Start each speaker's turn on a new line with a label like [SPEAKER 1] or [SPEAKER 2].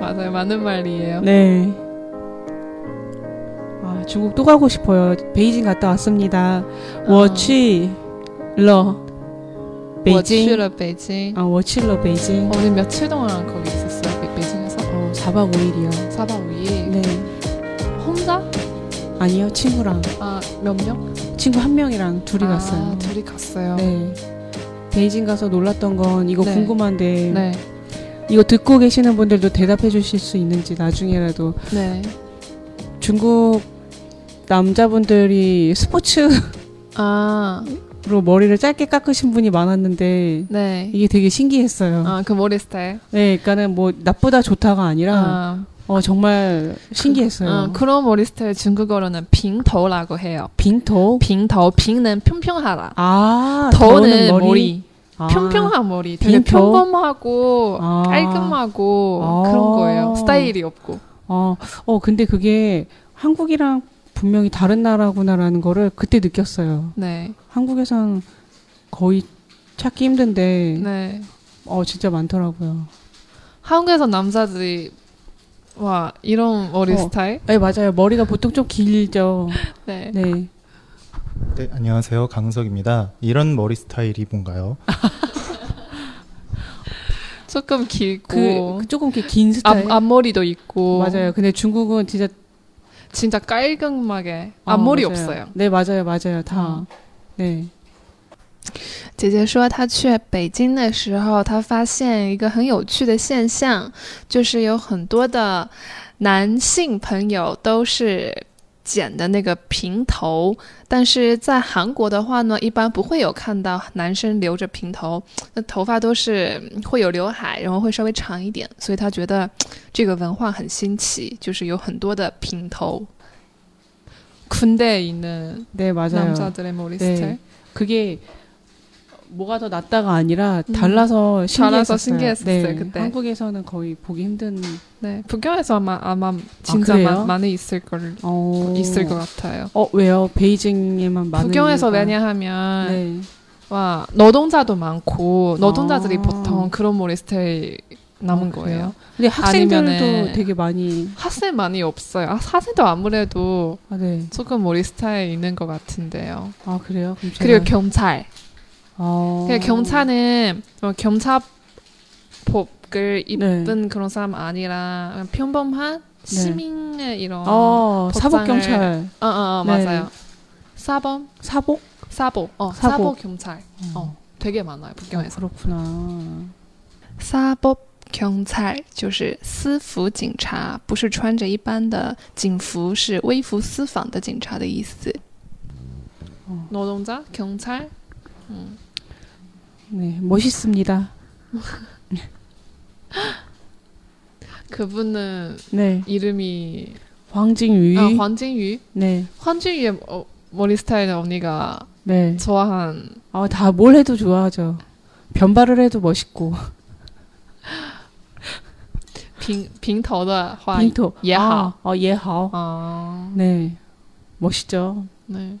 [SPEAKER 1] 맞아요. 맞는 말이에요.
[SPEAKER 2] 네. 아, 중국 또 가고 싶어요. 베이징 갔다 왔습니다. 어, 워치 러 베이징.
[SPEAKER 1] 워치러 베이징.
[SPEAKER 2] 아, 워치러 베이징.
[SPEAKER 1] 어, 우리 며칠 동안 거기 있었어요. 그 베, 베이징에서
[SPEAKER 2] 어, 4박 5일이요.
[SPEAKER 1] 4박 5일.
[SPEAKER 2] 네.
[SPEAKER 1] 혼자?
[SPEAKER 2] 아니요, 친구랑.
[SPEAKER 1] 아, 몇 명?
[SPEAKER 2] 친구 한 명이랑 둘이
[SPEAKER 1] 아,
[SPEAKER 2] 갔어요.
[SPEAKER 1] 둘이 갔어요.
[SPEAKER 2] 네. 베이징 가서 놀랐던 건 이거
[SPEAKER 1] 네.
[SPEAKER 2] 궁금한데
[SPEAKER 1] 네.
[SPEAKER 2] 이거 듣고 계시는 분들도 대답해 주실 수 있는지 나중에라도
[SPEAKER 1] 네.
[SPEAKER 2] 중국 남자분들이 스포츠로
[SPEAKER 1] 아,
[SPEAKER 2] 머리를 짧게 깎으신 분이 많았는데
[SPEAKER 1] 네.
[SPEAKER 2] 이게 되게 신기했어요.
[SPEAKER 1] 아, 그 머리 스타일.
[SPEAKER 2] 네, 그러니까는 뭐 나쁘다 좋다가 아니라
[SPEAKER 1] 아,
[SPEAKER 2] 어 정말 신기했어요.
[SPEAKER 1] 아, 그런 머리 스타일 중국어로는 빙터라고 해요.
[SPEAKER 2] 빙토
[SPEAKER 1] 빙터, 빙는 평평하다.
[SPEAKER 2] 아
[SPEAKER 1] 더는 머리,
[SPEAKER 2] 아,
[SPEAKER 1] 평평한 머리. 되게
[SPEAKER 2] 빈터?
[SPEAKER 1] 평범하고
[SPEAKER 2] 아.
[SPEAKER 1] 깔끔하고
[SPEAKER 2] 아.
[SPEAKER 1] 그런 거예요. 스타일이 없고.
[SPEAKER 2] 어, 어 근데 그게 한국이랑 분명히 다른 나라구나라는 거를 그때 느꼈어요.
[SPEAKER 1] 네.
[SPEAKER 2] 한국에선 거의 찾기 힘든데
[SPEAKER 1] 네.
[SPEAKER 2] 어 진짜 많더라고요.
[SPEAKER 1] 한국에서 남자들이 와 이런 머리
[SPEAKER 2] 어.
[SPEAKER 1] 스타일?
[SPEAKER 2] 네 맞아요. 머리가 보통 좀 길죠.
[SPEAKER 1] 네.
[SPEAKER 2] 네.
[SPEAKER 3] 네, 안녕하세요. 강석입니다. 이런 머리 스타일이 뭔가요?
[SPEAKER 1] 조금
[SPEAKER 2] 그,
[SPEAKER 1] 길고
[SPEAKER 2] 그 조금 이렇게 긴
[SPEAKER 1] 앞,
[SPEAKER 2] 스타일.
[SPEAKER 1] 앞머리도 있고
[SPEAKER 2] 맞아요. 근데 중국은 진짜
[SPEAKER 1] 진짜 깔끔하게
[SPEAKER 2] 어,
[SPEAKER 1] 앞머리
[SPEAKER 2] 맞아요.
[SPEAKER 1] 없어요. 어.
[SPEAKER 2] 네 맞아요, 맞아요 다. 네.
[SPEAKER 4] 姐姐说，她去北京的时候，她发现一个很有趣的现象，就是有很多的男性朋友都是剪的那个平头，但是在韩国的话呢，一般不会有看到男生留着平头，那头发都是嗯会有刘海，然后会稍微长一点，所以她觉得这个文化很新奇，就是有很多的平头。
[SPEAKER 1] 군대에 있는
[SPEAKER 2] 네 맞아요.
[SPEAKER 1] 남자들의 머리
[SPEAKER 2] 네.
[SPEAKER 1] 스타일.
[SPEAKER 2] 그게 뭐가 더 낫다가 아니라 달라서 신기했었어요.
[SPEAKER 1] 음. 달라서 신기했었어요,
[SPEAKER 2] 네.
[SPEAKER 1] 그때.
[SPEAKER 2] 한국에서는 거의 보기 힘든
[SPEAKER 1] 네. 북경에서 아마 아마 진짜
[SPEAKER 2] 그래요?
[SPEAKER 1] 많- 많이 있을 걸
[SPEAKER 2] 어...
[SPEAKER 1] 있을 것 같아요.
[SPEAKER 2] 어 왜요? 베이징에만 많은
[SPEAKER 1] 북경에서
[SPEAKER 2] 이유가-
[SPEAKER 1] 왜냐하면
[SPEAKER 2] 네.
[SPEAKER 1] 와 노동자도 많고 노동자들이
[SPEAKER 2] 아.
[SPEAKER 1] 보통 그런 머리 스타일 남은
[SPEAKER 2] 아, 그래요?
[SPEAKER 1] 거예요.
[SPEAKER 2] 근데 학생들도
[SPEAKER 1] 아니면은-
[SPEAKER 2] 되게 많이
[SPEAKER 1] 학생 많이 없어요. 아, 학생도 아무래도
[SPEAKER 2] 아, 네.
[SPEAKER 1] 조금 머리 스타일 있는 것 같은데요.
[SPEAKER 2] 아 그래요? 그럼 제가...
[SPEAKER 1] 그리고 경찰.
[SPEAKER 2] 어...
[SPEAKER 1] 그냥 경찰은 뭐
[SPEAKER 2] 네.
[SPEAKER 1] 경찰복을 입은 그런 사람 아니라 그냥 평범한 시민의 이런. 어,
[SPEAKER 2] 네. 어
[SPEAKER 1] 복장을-
[SPEAKER 2] 사복 경찰
[SPEAKER 1] 어, 어
[SPEAKER 2] 네.
[SPEAKER 1] 맞아요. 사범,
[SPEAKER 2] 사복
[SPEAKER 1] 사보, 어,
[SPEAKER 2] 사보.
[SPEAKER 1] 사보 경찰. 어, 되게 많아요
[SPEAKER 2] 아,
[SPEAKER 1] 북경에서.
[SPEAKER 2] 그렇구나.
[SPEAKER 4] 撒波경찰就是私服警察，不是穿着一般的警服，是微服私访的警察的意思。
[SPEAKER 1] 哦 노동자, 경찰. 음.
[SPEAKER 2] 네 멋있습니다.
[SPEAKER 1] 그분은
[SPEAKER 2] 네
[SPEAKER 1] 이름이 啊
[SPEAKER 2] 황진유.
[SPEAKER 1] 아, 황진유.
[SPEAKER 2] 네
[SPEAKER 1] 황진유의 어, 머리 스타일은 언니가
[SPEAKER 2] 네.
[SPEAKER 1] 좋아한
[SPEAKER 2] 아 다 뭘 해도 좋아하죠. 변발을 해도 멋있고.
[SPEAKER 1] 平平头的话，
[SPEAKER 2] 빙토.
[SPEAKER 1] 아, 예하오.
[SPEAKER 2] 아, 어, 예하오.
[SPEAKER 1] 啊，
[SPEAKER 2] 네. 멋있죠.
[SPEAKER 1] 네